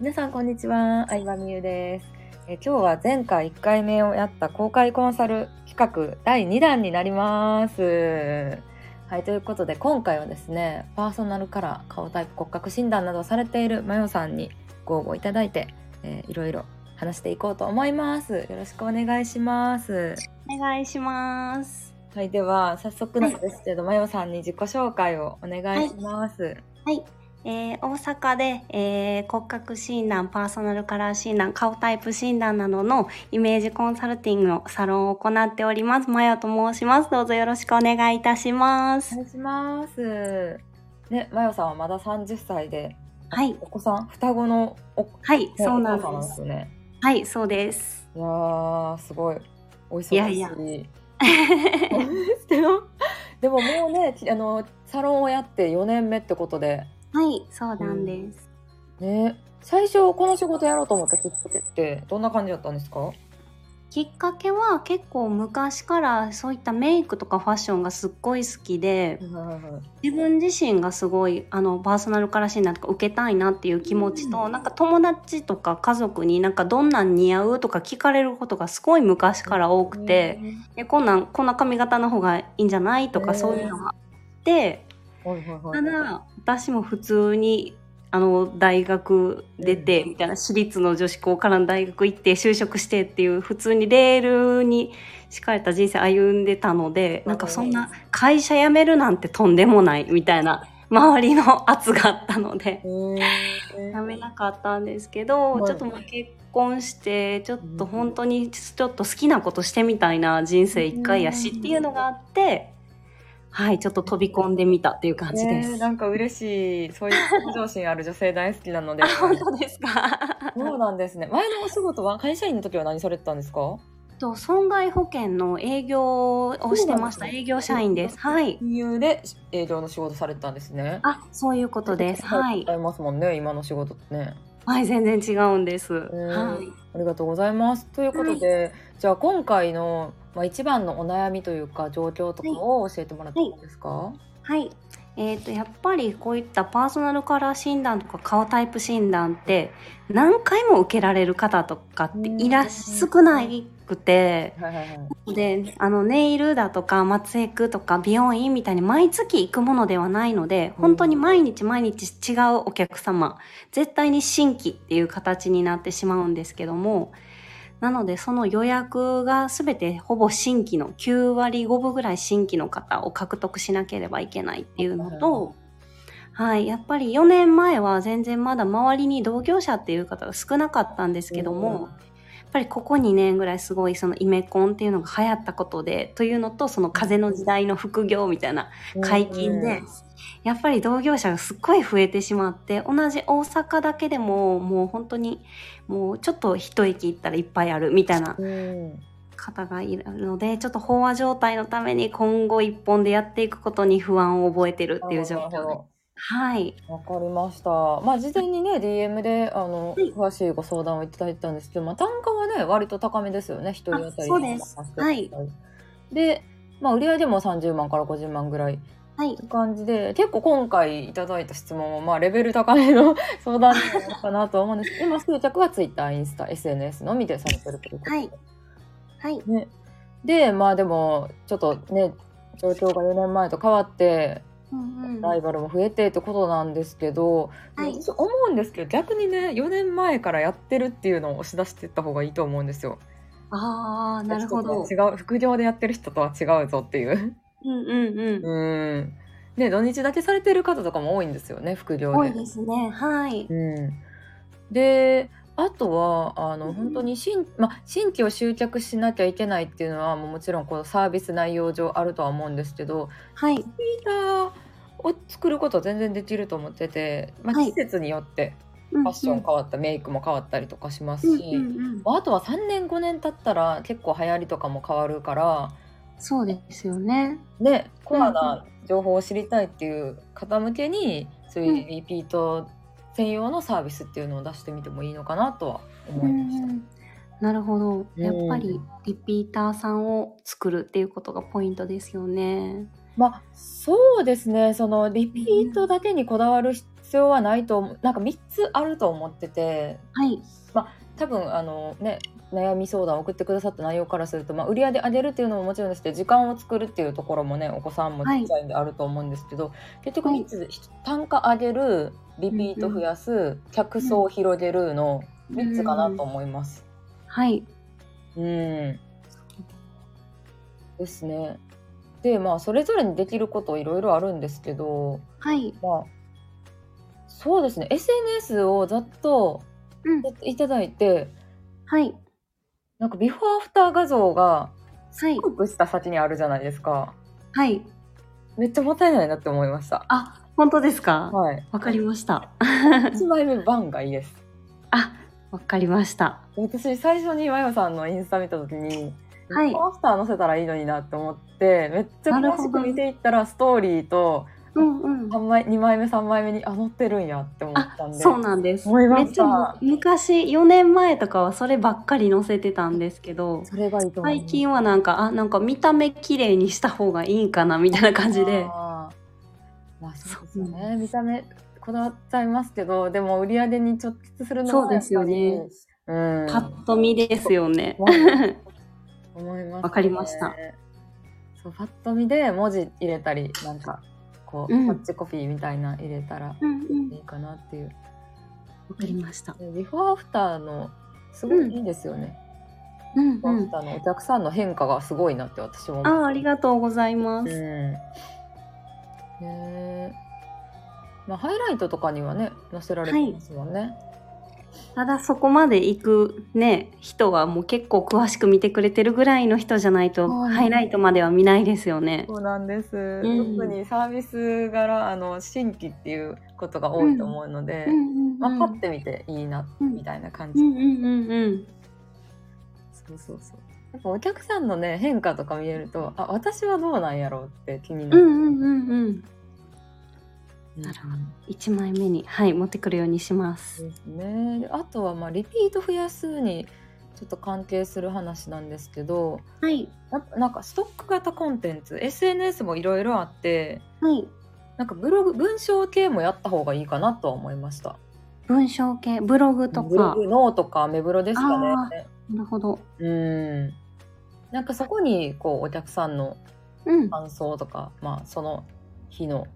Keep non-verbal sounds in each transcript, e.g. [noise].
皆さんこんにちは、相葉美優です。えー今日は前回1回目をやった公開コンサル企画第2弾になります。はい、ということで今回はですね、パーソナルカラー、顔タイプ骨格診断などをされているマヨさんにご応募いただいて、えーいろいろ話していこうと思います。よろしくお願いします。お願いします。はい、では早速なんですけど、マヨさんに自己紹介をお願いします。はい。えー大阪で、えー骨格診断、パーソナルカラー診断、顔タイプ診断などのイメージコンサルティングのサロンを行っております。まやと申します。どうぞよろしくお願いいたしまおす。願いします。ね、マヨさんはまだ30歳で、はい。お子さん、双子のお、ねはい、そうなお母さんんでですす。よね。はい、そうです。いやー、すごい。お忙しい。いやいや [laughs] ですけど。でももうね、きあの、サロンをやって4年目ってことで。はい、そうなんです。ね、最初この仕事やろうと思ったきっかけって、どんな感じだったんですか。きっかけは結構昔からそういったメイクとかファッションがすっごい好きで、自分自身がすごいあのパーソナルカラー診断とか受けたいなっていう気持ちと、うんなんか友達とか家族になんかどんなん似合うとか聞かれることがすごい昔から多くて、えこんなんこんな髪型の方がいいんじゃないとかへーそういうのがあって、うん。はいはいはい。ただ私も普通にあの大学出てうんみたいな私立の女子校からの大学行って就職してっていう普通にレールに敷かれた人生歩んでたのでなんかそんな会社辞めるなんてとんでもないみたいな周りの圧があったのでへー。辞めなかったんですけど、はいちょっともう結婚してちょっと本当にちょっと好きなことしてみたいな人生一回やしっていうのがあって。はい、ちょっと飛び込んでみたっていう感じです。ねえなんか嬉しい、そういう向上心ある女性大好きな [laughs] ので。本当ですか。そうなんですね。前のお仕事は会社員の時は何されてたんですか？と損害保険の営業をしてました。そうなんですね営業社員です。はい。金融で営業の仕事されてたんですね。あ、そういうことです。はいあ。りますもんね、今の仕事ってね。はい、全然違うんです。はい。ありがとうございます。ということで、じゃあ今回のまあ一番のお悩みというか状況とかを教えてもらっていいですか？はい。えっ、と、やっぱりこういったパーソナルカラー診断とか顔タイプ診断って何回も受けられる方とかっていらっしうん少ないくて、はいはいはい。であのネイルだとか松江区とか美容院みたいに毎月行くものではないのでうん本当に毎日毎日違うお客様絶対に新規っていう形になってしまうんですけどもなのでその予約が全てほぼ新規の9割5分ぐらい新規の方を獲得しなければいけないっていうのと。はい、やっぱり4年前は全然まだ周りに同業者っていう方が少なかったんですけども、やっぱりここ2年ぐらいすごいそのイメコンっていうのが流行ったことでというのとその風の時代の副業みたいなうん解禁で、やっぱり同業者がすっごい増えてしまって同じ大阪だけでももう本当にもうちょっと一息行ったらいっぱいあるみたいなうんうん方がいるのでちょっと飽和状態のために今後一本でやっていくことに不安を覚えてるっていう状なる況ほです。どはい、わかりました。まあ事前にね DM であのはい詳しいご相談をいただいてたんですけど、まあ単価はね割と高めですよね。一人当たりそうです8000はい。で、まあ売上でも30万から50万ぐらいっはいて感じで、結構今回いただいた質問もまあレベル高めの [laughs] 相談になるかなとは思うんですけど、今集客は Twitter、インスタ、SNS のみでされてるということで。はいはいね。で、まあでもちょっとね状況が4年前と変わって。うんうんライバルも増えてってことなんですけど、はい私思うんですけど逆にね4年前からやってるっていうのを押し出していった方がいいと思うんですよ。ああなるほど。違う副業でやってる人とは違うぞっていう。うんうんうん。うん。ね土日だけされてる方とかも多いんですよね副業で。多いですね。はい。うん、であとはあの、うん本当に新,、ま、新規を集客しなきゃいけないっていうのはもうもちろんこのサービス内容上あるとは思うんですけどはい。リーダーを作ることは全然できると思ってて、まあ、はい季節によってフファッション変わった、メイクも変わったりとかしますし、うんうんうんまああとは3年5年経ったら結構流行りとかも変わるからそうですよね。ねコアな情報を知りたいっていう方向けに、そういうリピート専用のサービスっていうのを出してみてもいいのかなとは思いました。なるほど。うんやっぱりリピーターさんを作るっていうことがポイントですよね。まあそうですねそのリピートだけにこだわる必必要はないと思うなんか3つあると思っててはい。多分あのね悩み相談を送ってくださった内容からすると、まあ、売り上げ上げるっていうのももちろんですけど時間を作るっていうところもねお子さんもはいちっちゃいんであると思うんですけど、結局はい3つで、ひと単価上げるリピート増やす、客層を広げるの3つかなと思います。はい。うんですね。でまあそれぞれにできることいろいろあるんですけど、はい。まあ、そうですね SNS をざっとうんやっていただいて、はい。なんかビフォーアフター画像がはい。低くした先にあるじゃないですか。はい。めっちゃもったいないなって思いました。あ、本当ですかわ、は [laughs] い。かりました。 1枚目バンがいいです。あ、わかりました。私最初にマヨさんのインスタ見た時に、はいビフォーアフター載せたらいいのになって思って、めっちゃなる詳ほどしく見ていったらストーリーとうんうん。三枚2枚目3枚目にあ載ってるんやって思あったん、で。そうなんです。思いまめっしちゃた。昔、4年前とかはそればっかり載せてたんですけど、それがいいと思いま最す近はなんか、あ、なんか見た目綺麗にした方がいいんかな、みたいな感じで。あーまあそうですよそうなんね。見た目こだわっちゃいますけど、でも売り上げに直結するのそうはですよねやっぱり。うん。パッと見です [laughs] よね。思います、ね。わかりました。そうパッと見で文字入れたりなんかこう、うんキャッチコピーみたいな入れたらうんうん。いいかなっていう。わかりました。でビフォーアフターのすごういんいいですよね。うんビフォうーアフん。ターのお客さんの変化がすごいなって私は思う。あ、ありがとうございまうす。ん。ねえ。まあハイライトとかにはね載せられてますもんね。ただそこまで行くね人はもう結構詳しく見てくれてるぐらいの人じゃないとはいハイライトまでは見ないですよね。そうなんです、ん特にサービス柄あの新規っていうことが多いと思うので、うんまあ、パッて見ていいな、うんみたいな感うじ、んうんうんそうそうそうやっぱお客さんのね変化とか見えるとあ私はどうなんやろうって気になうんうる、んうんうんなるほど一枚目にはい持ってくるようにします。ですねであとはまあリピート増やすにちょっと関係する話なんですけどはいやっぱなんかストック型コンテンツ SNS もいろいろあってはいなんかブログ文章系もやった方がいいかなとは思いました文章系ブログとブロかグノーとかメブロですかあねなるほど。うんなんかそこにこうお客さんのうん感想とか、まあ、その日の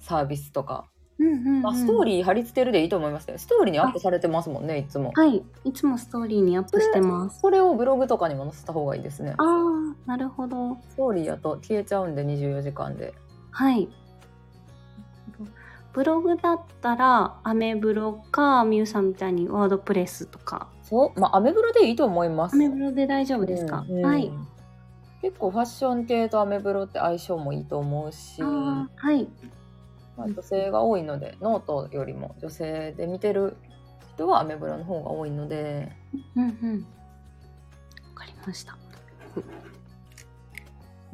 サービスとか、うんうん、うん、まあ、ストーリー貼り付けるでいいと思いましたよストーリーにアップされてますもんねいつもはいいつもストーリーにアップしてます。それをブログとかにも載せた方がいいですねああなるほど。ストーリーやと消えちゃうんで24時間ではい。ブログだったら、アメブロか、ミュウさんみたいにワードプレスとか。そうまあアメブロでいいと思いますアメブロで大丈夫ですか、うんうんはい。結構ファッション系とアメブロって相性もいいと思うしあーはい。まあ、女性が多いのでノートよりも女性で見てる人はアメブロの方が多いのでうんうん。わかりました。そ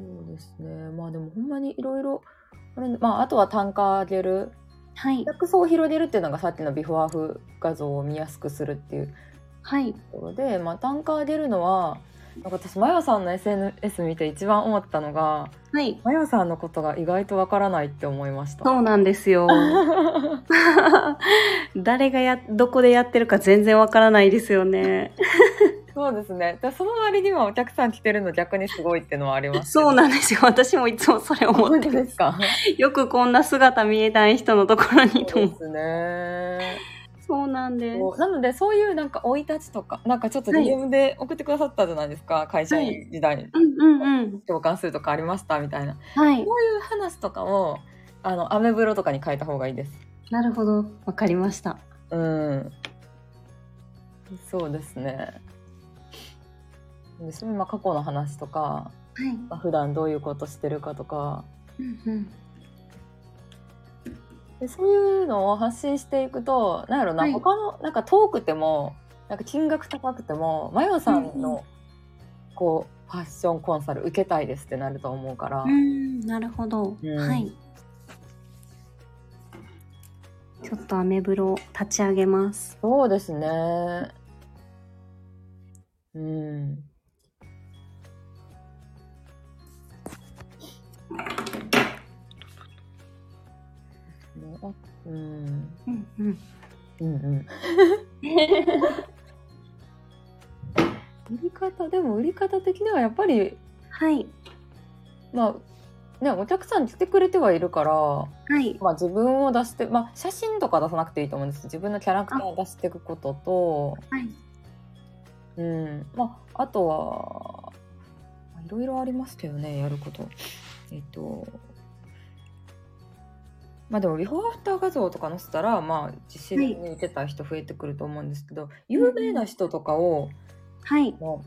うですねまあでもほんまにいろいろあるんでまああとは単価上げるはい。客層を広げるっていうのがさっきのビフォーアフ画像を見やすくするっていうはい。ところで、まあ、単価上げるのはなんか私マヨさんの SNS 見て一番思ったのがはい。マヨさんのことが意外とわからないって思いました。そうなんですよ。誰がや、どこでやってるか全然わからないですよね。 [laughs] そうですね。でその割にはお客さん来てるの逆にすごいっていうのはあり [laughs] ますけど。そうなんですよ。私もいつもそれ思っ本て当るですか。よくこんな姿見えない人のところにとそう思でう。すね。 [laughs] そうなんです。こうなのでそういうなんか生い立ちとかなんかちょっとはい DM で送ってくださったじゃないですか、会社員時代にうんうんうん。共感するとかありましたみたいなはい。こういう話とかもあのアメブロとかに書いた方がいいですなるほど、わかりました。うんそうですねでそれまあ過去の話とか、はい。まあ、普段どういうことしてるかとかうんうん。でそういうのを発信していくとなんやろな、はい他のなんか遠くてもなんか金額高くてもマヨさんうんうのこうファッションコンサル受けたいですってなると思うから、うん、なるほど。うんはい。ちょっとアメブロを立ち上げます。そうですねうんあうんうんうん。うんうん。売り方でも売り方的にはやっぱりはい。まあねお客さん来てくれてはいるから、はい。まあ、自分を出して、まあ、写真とか出さなくていいと思うんです自分のキャラクターを出していくこととはい。うんまあ、あとはまあいろいろありますけどねやること。えっとまあでもビフォーアフター画像とか載せたらまあ実施的に受けた人増えてくると思うんですけど、有名な人とかをはい。も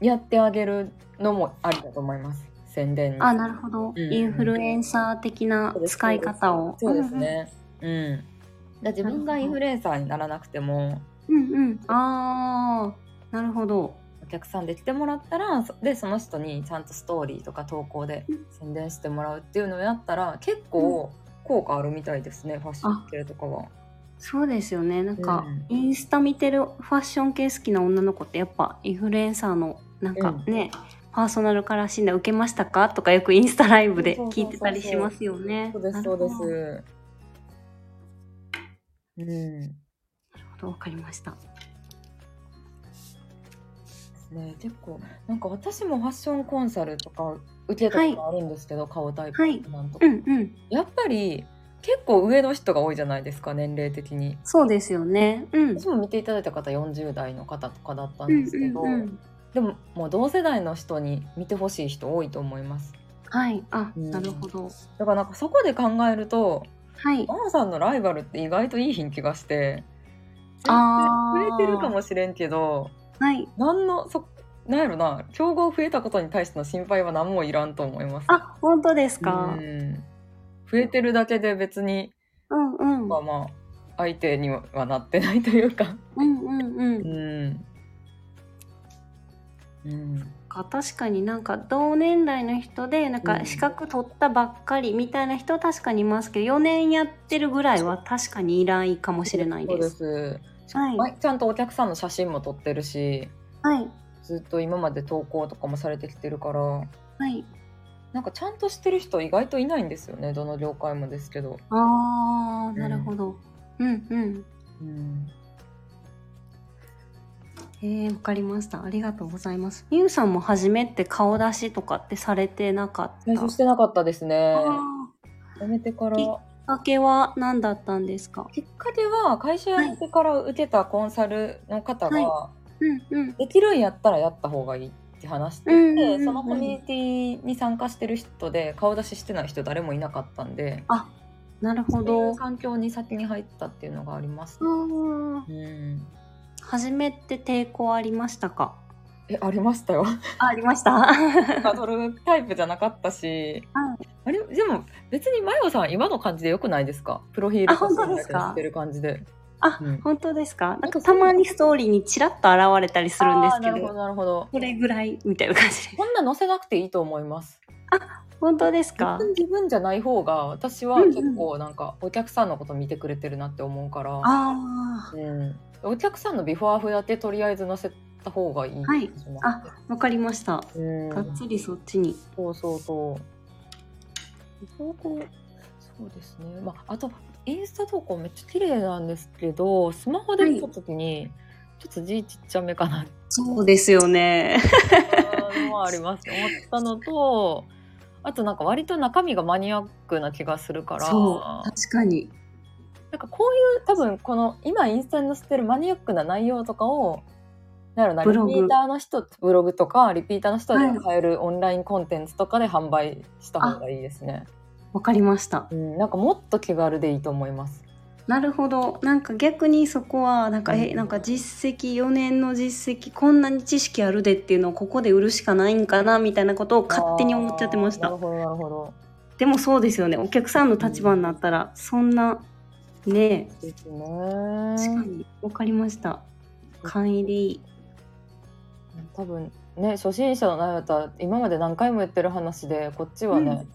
うやってあげるのもありだと思います宣伝に。あ、なるほど。うんインフルエンサー的な使い方を。そうです。ね。うん。だから自分がインフルエンサーにならなくてもうんうん。ああ、なるほど。お客さんで来てもらったらそでその人にちゃんとストーリーとか投稿で宣伝してもらうっていうのをやったら結構効果あるみたいですね、ファッション系とかは。そうですよね。なんか、うインスタ見てるファッション系好きな女の子ってやっぱインフルエンサーのなんかね、パーソナルから診断受けましたかとかよくインスタライブで聞いてたりしますよね。そうですなるそうほでどす。うん。でなるほどわかりました。すね結構なんか私もファッションコンサルとか受けたことあるんですけど、顔タイプはいなんとか、うんうん。やっぱり結構上の人が多いじゃないですか年齢的に。そうですよね。うん。私も見ていただいた方40代の方とかだったうんですけんど、うんうん。でももう同世代の人に見てほしい人多いと思いますはい。あ、うんなるほど。だからなんかそこで考えるとはい。真央さんのライバルって意外といい品気がしてあー増えてるかもしれんけどはい。何のそなんやろな競合増えたことに対しての心配は何もいらんと思いますあ、本当ですかう。ん増えてるだけで別にうんうん。まあまあ相手にはなってないというかうんうんう。うんんうんか確かになんか同年代の人でなうんんか資格取ったばっかりみたいな人は確かにいますけど4年やってるぐらいは確かにいないかもしれないです。そうです、はいまあちゃんとお客さんの写真も撮ってるしはい。ずっと今まで投稿とかもされてきてるからはい。なんかちゃんとしてる人意外といないんですよねどの業界もですけど、ああ、なるほど。うんうん。うん、えー、わかりました。ありがとうございます。ゆうさんも初めって顔出しとかってされてなかった。最初してなかったですねあやめてからききーきっかけは何だったんですかっかけは会社やってから受けたコンサルの方が、うんうん。できるんやったらやった方がいいって話してて、うんうんうんそのコミュニティに参加してる人で顔出ししてない人誰もいなかったんでなるほそういどう。環境に先に入ったっていうのがありますねあーうん初めって抵抗ありましたかえありました [laughs] よあありました。アドルタイプじゃなかったし、はあれでも別にマヨさん今の感じでよくないですかプロフィールあ本当です写真だかけ載ってる感じであ、うん本当ですか。なんかたまにストーリーにちらっと現れたりするんですけあーなるど、ほどなるほどこれぐらいみたいな感 [laughs] じで。こんな載せなくていいと思います本当です自か。分自分じゃない方が私は結構なんかお客さんのこと見てくれてるなって思うから、あうん、お客さんのビフォーアフだけとりあえず載せた方がいいはい気がしますあ、あ、わかりました。うんがっつりそっちに。そうそうそう。投稿、そうですね。まあ、あと、インスタ投稿めっちゃ綺麗なんですけど、スマホで見たときに、ちょっと字ちっちゃめかなってそうですよね。いうのはあります。思ったのと、あとなんか割と中身がマニアックな気がするから、そう、確かに。なんかこういう多分この今インスタに載せてるマニアックな内容とかを、なるなリブピログーターの人、ブログとか、リピーターの人が買えるオンラインコンテンツとかで販売した方がいいですね。わかりました。うん、なんかもっと気軽でいいと思います。なるほど。なんか逆にそこはなんか、うんえなんか実績4年の実績こんなに知識あるでっていうのをここで売るしかないんかなみたいなことを勝手に思っちゃってましあたーなる。ほどなるほど。でもそうですよねお客さんの立場になったらそんなねえですね。確かに分かりました簡易でいい多分ね初心者のなやったら今まで何回も言ってる話でこっちはね、うん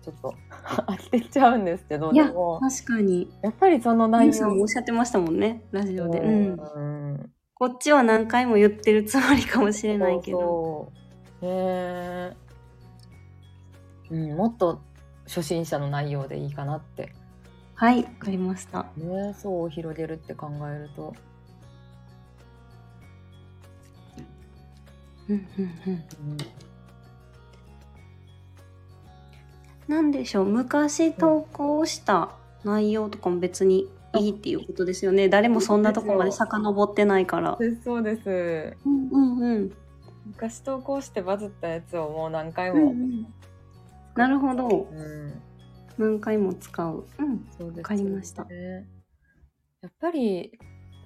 ちょっと [laughs] 飽きてきちゃうんですけどいでやも確かにやっぱりその内皆さんもお容っしゃってましたもんねラジオで、うん、うんこっちは何回も言ってるつもりかもしれないけどそうそうねえうんもっと初心者の内容でいいかなってはい、わかりました。ね、層を広げるって考えると、うんうんうん。うんなんでしょう昔投稿した内容とかも別にいいっていうことですよね誰もそんなとこまで遡ってないからでそうですうんうんうん昔投稿してバズったやつをもう何回うんうも、んなるほどうん何回も使ううんそうですねわかりましたやっぱり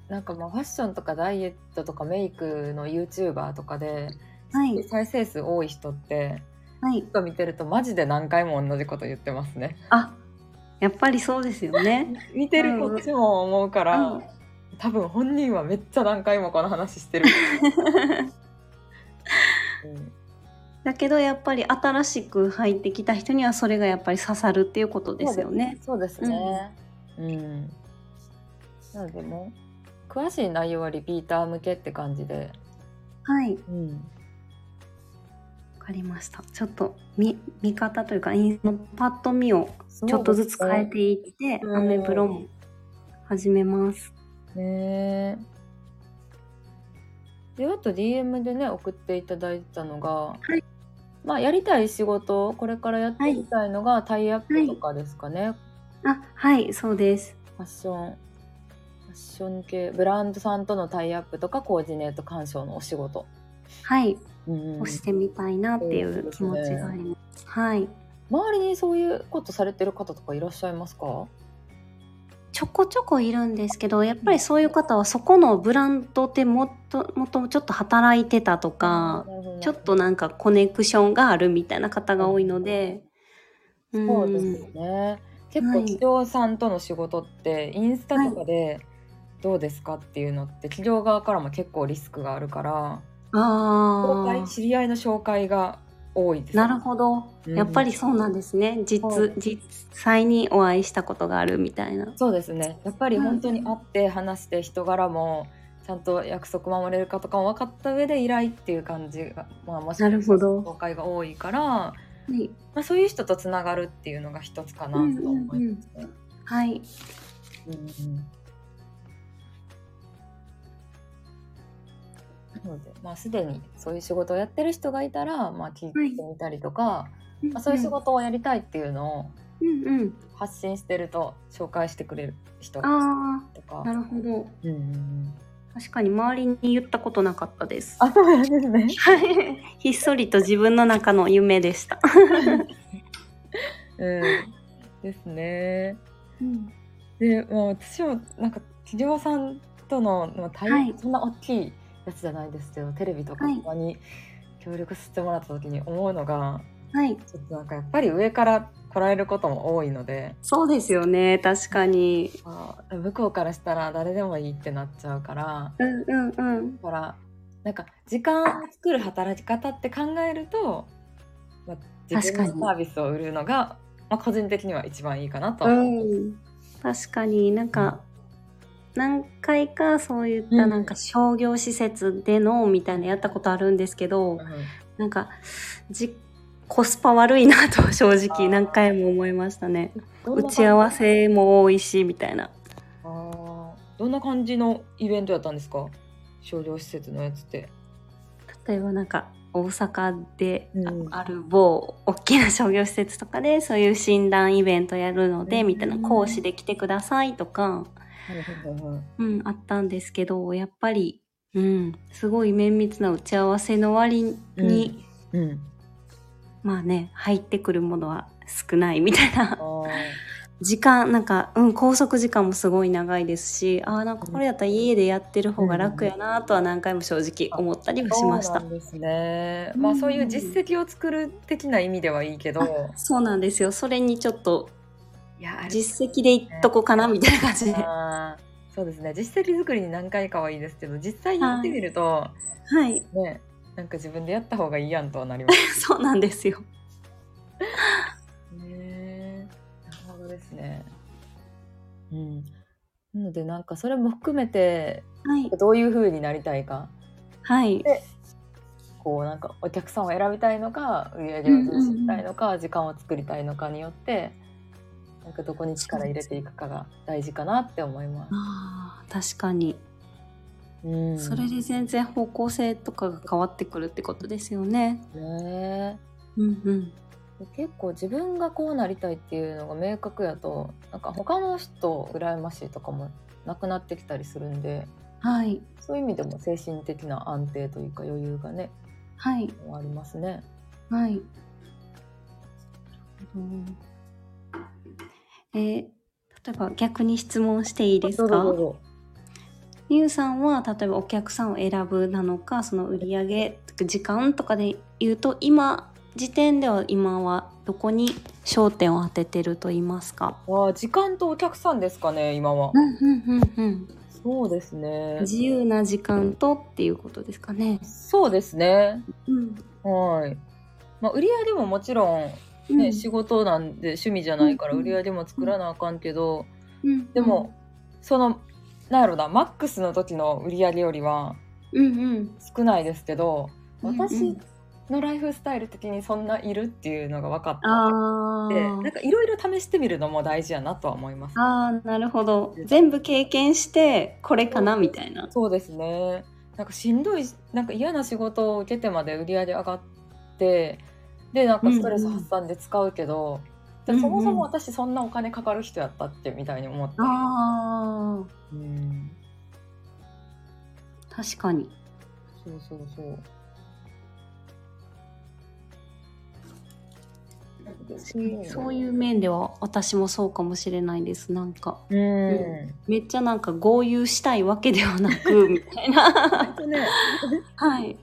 なんかまあファッションとかダイエットとかメイクの YouTuber とかではい再生数多い人ってはいちょっと見てるとマジで何回も同じこと言ってますねあやっぱりそうですよね見てるこっちも思うから、うん多分本人はめっちゃ何回もこの話してる、うんだけどやっぱり新しく入ってきた人にはそれがやっぱり刺さるっていうこと [laughs] ですよねそうですね。うん。なのでもう詳しい内容はリピーター向けって感じで。はいうん。わかりましたちょっと見見方というかインスタのパッと見をちょっとずつ変えていって、うんアメブロも始めます。ねであと DM でね送っていただいてたのが、はいまあやりたい仕事これからやっていきたいのが、タイアップとかですかね、あ、はい、そうです。ファッションファッション系ブランドさんとのタイアップとかコーディネート鑑賞のお仕事、はい、うんうん押してみたいなっていう気持ちがあります。はい、周りにそういうことされてる方とかいらっしゃいますかちょこちょこいるんですけど、やっぱりそういう方はそこのブランドでもっともっとちょっと働いてたとか、なるほどねちょっとなんかコネクションがあるみたいな方が多いので、うんそうですよね結構はい企業さんとの仕事ってインスタとかでどうですかっていうのって企業側からも結構リスクがあるから紹あ介あ、知り合いの紹介が多いですなるほど。うんやっぱりそうなんですね。実そう実際にお会いしたことがあるみたいな。そうですねやっぱり本当に会って話して人柄もちゃんと約束守れるかとかも分かった上で依頼っていう感じが、まあ、もしかなるしたほらど紹介が多いから、まあ、そういう人とつながるっていうのが一つかなと思いますね。はい、なので、まあ、すでにそういう仕事をやってる人がいたら、まあ、聞いてみたりとか、まあ、そういう仕事をやりたいっていうのをうんうん、発信してると紹介してくれる人とか。ああなるほどうんうんうん確かに周りに言ったことなかったですあ、そうなんですね。はい [laughs] ひっそりと自分の中の夢でした、うん、ですね。で、まあ、私もなんか企業さんとの、まあ、対はいそんな大きいやつじゃないですけどテレビとかはい他に協力させてもらった時に思うのが、はいちょっとなんかやっぱり上から来られることも多いので、そうですよね確かにまあ、向こうからしたら誰でもいいってなっちゃうからうんうんうんだからなんか時間を作る働き方って考えると、まあ、自分確のかサービスを売るのが、まあ、個人的には一番いいかなとは思います。うん確かになんか何回かそういったなんか商業施設でのみたいなやったことあるんですけどうんなんかじコスパ悪いなと正直何回も思いましたねどんな打感じち合わせも多いしみたいなあーどんな感じのイベントやったんですか商業施設のやつって。例えばなんか大阪でうんある某大きな商業施設とかでそういう診断イベントやるのうでんみたいな講師で来てくださいとか、うん、あったんですけどやっぱり、うん、すごい綿密な打ち合わせの割に、うん、まあね入ってくるものは少ないみたいな [laughs] あー時間なんかうん拘束時間もすごい長いですしあーなんかこれだったら家でやってる方が楽やなとは何回も正直思ったりはしましそうたなんですね。まあうんそういう実績を作る的な意味ではいいけど、そうなんですよそれにちょっといやあれ実績でいっとこかなみたいな感じではあーそうですね。実績作りに何回かはいいですけど、実際やってみると、いね、なんか自分でやった方がいいやんとはなります。そうなんですよねえなるほどですね。うん。なのでなんかそれも含めてはいどういう風になりたいか、はいこうなんかお客さんを選びたいのか、売り上げを重視したいのか、時間を作りたいのかによって、なんかどこに力入れていくかが大事かなって思います。あー確かに、うん、それで全然方向性とかが変わってくるってことですよね。ねうんうん、え結構自分がこうなりたいっていうのが明確やとなんか他の人羨ましいとかもなくなってきたりするんではいそういう意味でも精神的な安定というか余裕がねはいありますね。はい。うんえー例えば逆に質問していいですどうぞかどうぞゆうさんは例えばお客さんを選ぶなのかその売り上げ時間とかで言うと今時点では今はどこに焦点を当ててると言いますか、わあ時間とお客さんですかね今は。うんうんうんそうですうん、ね。自由な時間とっていうことですかね。そうですね。うんはい。まあ売り上げももちろん、うねん仕事なんで趣味じゃないからうんう売んり上げも作らなあかんけど、うんでも、そのなんやろなマックスの時の売り上げよりはうんうん、少ないですけどうんうん私のライフスタイル的にそんないるっていうのが分かったあでなんーかいろいろ試してみるのも大事やなとは思います。あーなるほど全部経験してこれかなみたいな。そうですねなんかしんどいなんか嫌な仕事を受けてまで売り上げ上がってでなんかストレス発散で使うけど、うんうんそもそも私そんなお金かかる人やったっけみたいに思って、あうーん、確かに。そうそうそうそういう面では私もそうかもしれないですなんかうん、うめっちゃなんか豪遊したいわけではな [laughs] くみたいなとねはい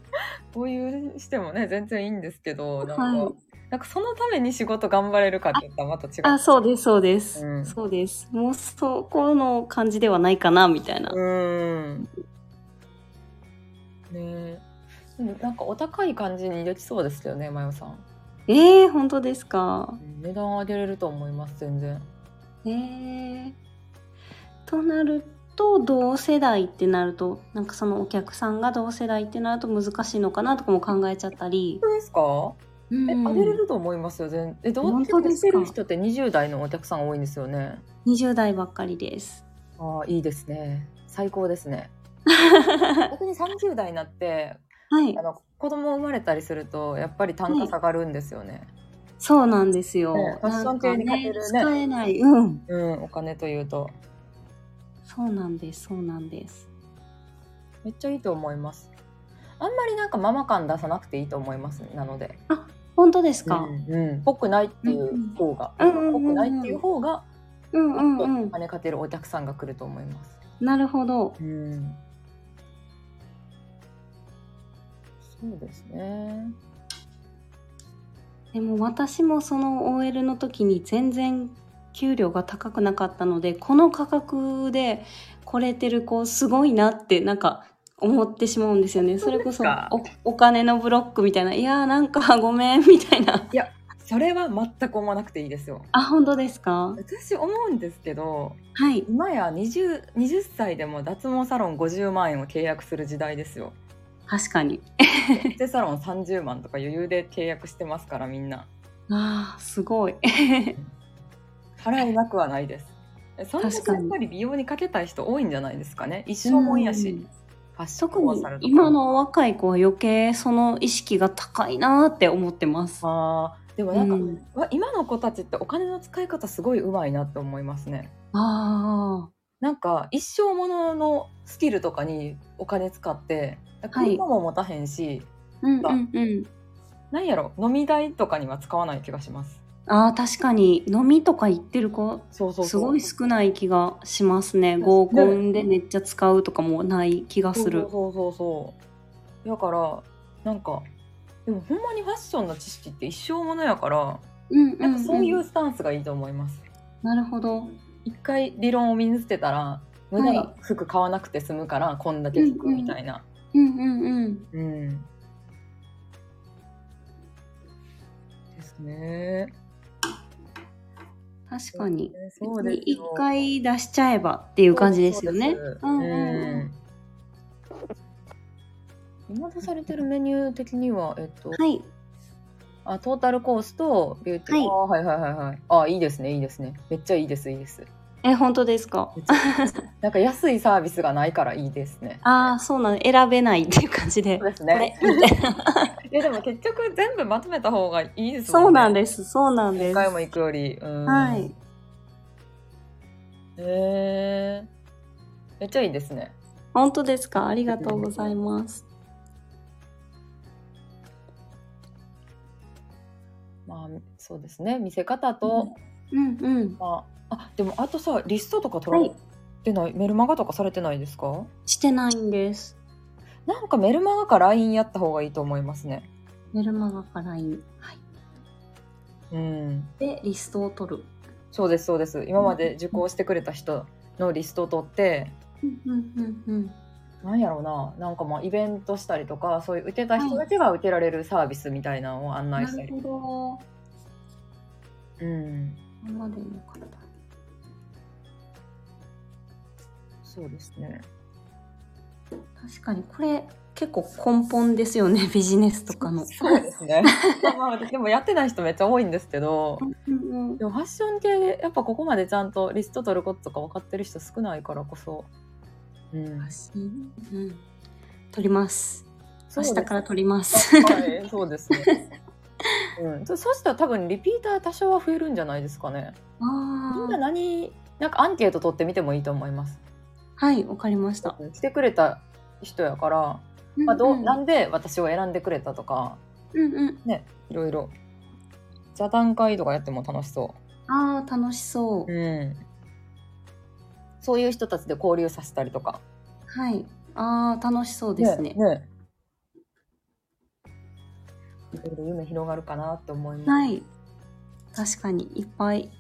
こういうしてもね全然いいんですけどなんか,、はいなんかそのために仕事頑張れるかって言ったらまた違うあそうですそうです、うんそうですもうそこの感じではないかなみたいな、うーん。ねえ。でもなんかお高い感じにできそうですよね、まよさん。えー、本当ですかうん値段上げれると思います、全然。えー、となると同世代ってなるとなんかそのお客さんが同世代ってなると難しいのかなとかも考えちゃったり、本当ですか？うんえ、上げれると思いますよ、全。え、どう本当ですしてかる人って20代のお客さん多いんですよね。 20代ばっかりです。ああ、いいですね。最高ですね。 [laughs] 逆に30代になって、はいあ、の子供生まれたりするとやっぱり単価下がるんですよね。そうなんですよ。ねファッション系に勝てるねなんか使えない。うん。うん、お金というとそうなんです。そうなんです。めっちゃいいと思います。あんまりなんかママ感出さなくていいと思います。なので。本当ですか。うん、ぽくないっていう方が、うんうんぽくないっていう方が、うん、う、うんうんお金かけるお客さんが来ると思います。なるほど。うん。そうですね。でも私もその OL の時に全然給料が高くなかったので、この価格で来れてる子すごいなってなんか思ってしまうんですよね。それこそ本当おお金のブロックみたいな。いやーなんか [laughs] ごめんみたいな。それは全く思わなくていいですよ。あ、本当ですか。私思うんですけど、はい。今や 20, 20歳でも脱毛サロン50万円を契約する時代ですよ。 [laughs] 確かに。エステサロン30万とか余裕で契約してますからみんな。ああ、すごい。払えなくはないです。えそんだ [laughs] 確けかやにっぱり美容にかけたい人多いんじゃないですかね。一生もんやし。うんファッション特コンにサルとか今の若い子は余計その意識が高いなーって思ってます。あーでもなんか、うんわ今の子たちってお金の使い方すごいうまいなって思いますねあなんか一生もののスキルとかにお金使ってはい車も持たへんし、あ、うんうんうん。なんやろ飲み代とかには使わない気がしますああ、確かに飲みとか行ってる子そうそうそうすごい少ない気がしますね。ね合コンでめっちゃ使うとかもない気がする。そうそうそうそうだからなんかでもほんまにファッションの知識って一生ものやからうんうん、。なんかそういうんスタンスがいいと思います、なるほど。一回理論を身につけたら無駄な服買わなくて済むから、こんだけ服みたいな、うんうんうん。うん。ですね。確かに。そうですよ一回出しちゃえばっていう感じですよねそう。ですうんうんうん。今出されてるメニュー的には、えっと、はい。あトータルコースとビューティー、はい、あーはいはいはいはいあいいですねいいですねめっちゃいいですいいですえ、本当ですかめっちゃいいですなんか安いサービスがないからいいですねああ、そうなの。選べないっていう感じで [laughs] そう。ですあねれみたいないやでも結局全部まとめた方がいいですそうなんすです。そうなんで何す。回も行くよりうんはい。へえめっちゃいいですね本当ですかありがとうございます。まあそうですね見せ方と、うんうん。まああでもあとさリストとかは取らいれ。てない、メルマガとかされてないですかしてないんです。なんかメルマガか LINE やった方がいいと思いますねメルマガから LINE。はい。うんで、リストを取る。そうですそうです今まで受講してくれた人のリストを取ってうんうんうんうん。なんやろうななんかまあイベントしたりとかそういう受けた人だけが受けられるサービスみたいなのを案内なしたり、るほど。うん今までの方。そうですね確かに、これ結構根本ですよね。 [laughs] ビジネスとかの。そうですね [laughs] まあでもやってない人めっちゃ多いんですけどうんうんでもファッション系でやっぱここまでちゃんとリスト取ることとか分かってる人少ないからこそ、うん、うん。取ります。そ明うです日から取ります。はい、そうですね。 [laughs] うん、そそしたら多分リピーター多少は増えるんじゃないですかね。みんなああ。何なんかアンケート取ってみてもいいと思います。はい、わかりました。来てくれた人やから、まあどううんうんなんで私を選んでくれたとかうんうん。いろいろ座談会とかやっても楽しそああ、楽しそうう。。うん、そういう人たちで交流させたりとか。はい。ああ、楽しそうですね。ねいろいろ夢広がるかなって思います。はい。確かに、いっぱい、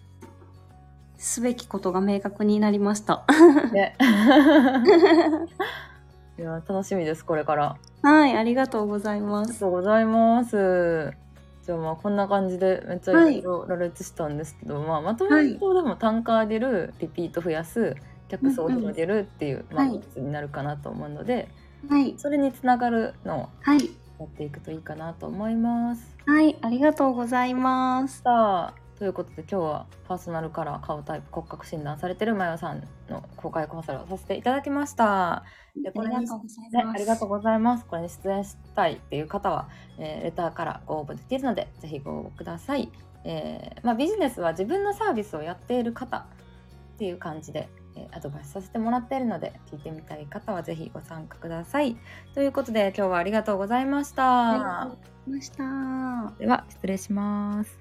すべきことが明確になりました。ね。 [laughs] いや楽しみですこれから。あはい、ありがとうございまりがす。とうございます。じゃあまあこんな感じでめっちゃはいいろいろ羅列したんですけど、まあまとめるとでも単価上げるリピート増やす客層を広げるっていう、うんまあはい3つになるかなと思うので、はい。それにつながるのはい。をやっていくといいかなと思います。はい、ありがとうございます。さあということで今日はパーソナルカラー顔タイプ骨格診断されてるまよさんの公開コンサルをさせていただきました。であこりれがにとうございねます。ありがとうう。ございます。これに出演したいっていう方は、えーレターからご応募できるので、ぜひご応募ください。えーまあ、ビジネスは自分のサービスをやっている方っていう感じで、えーアドバイスさせてもらっているので、聞いてみたい方はぜひご参加ください。ということで、今日はありがとうございましありがた。とうございました。では、失礼します。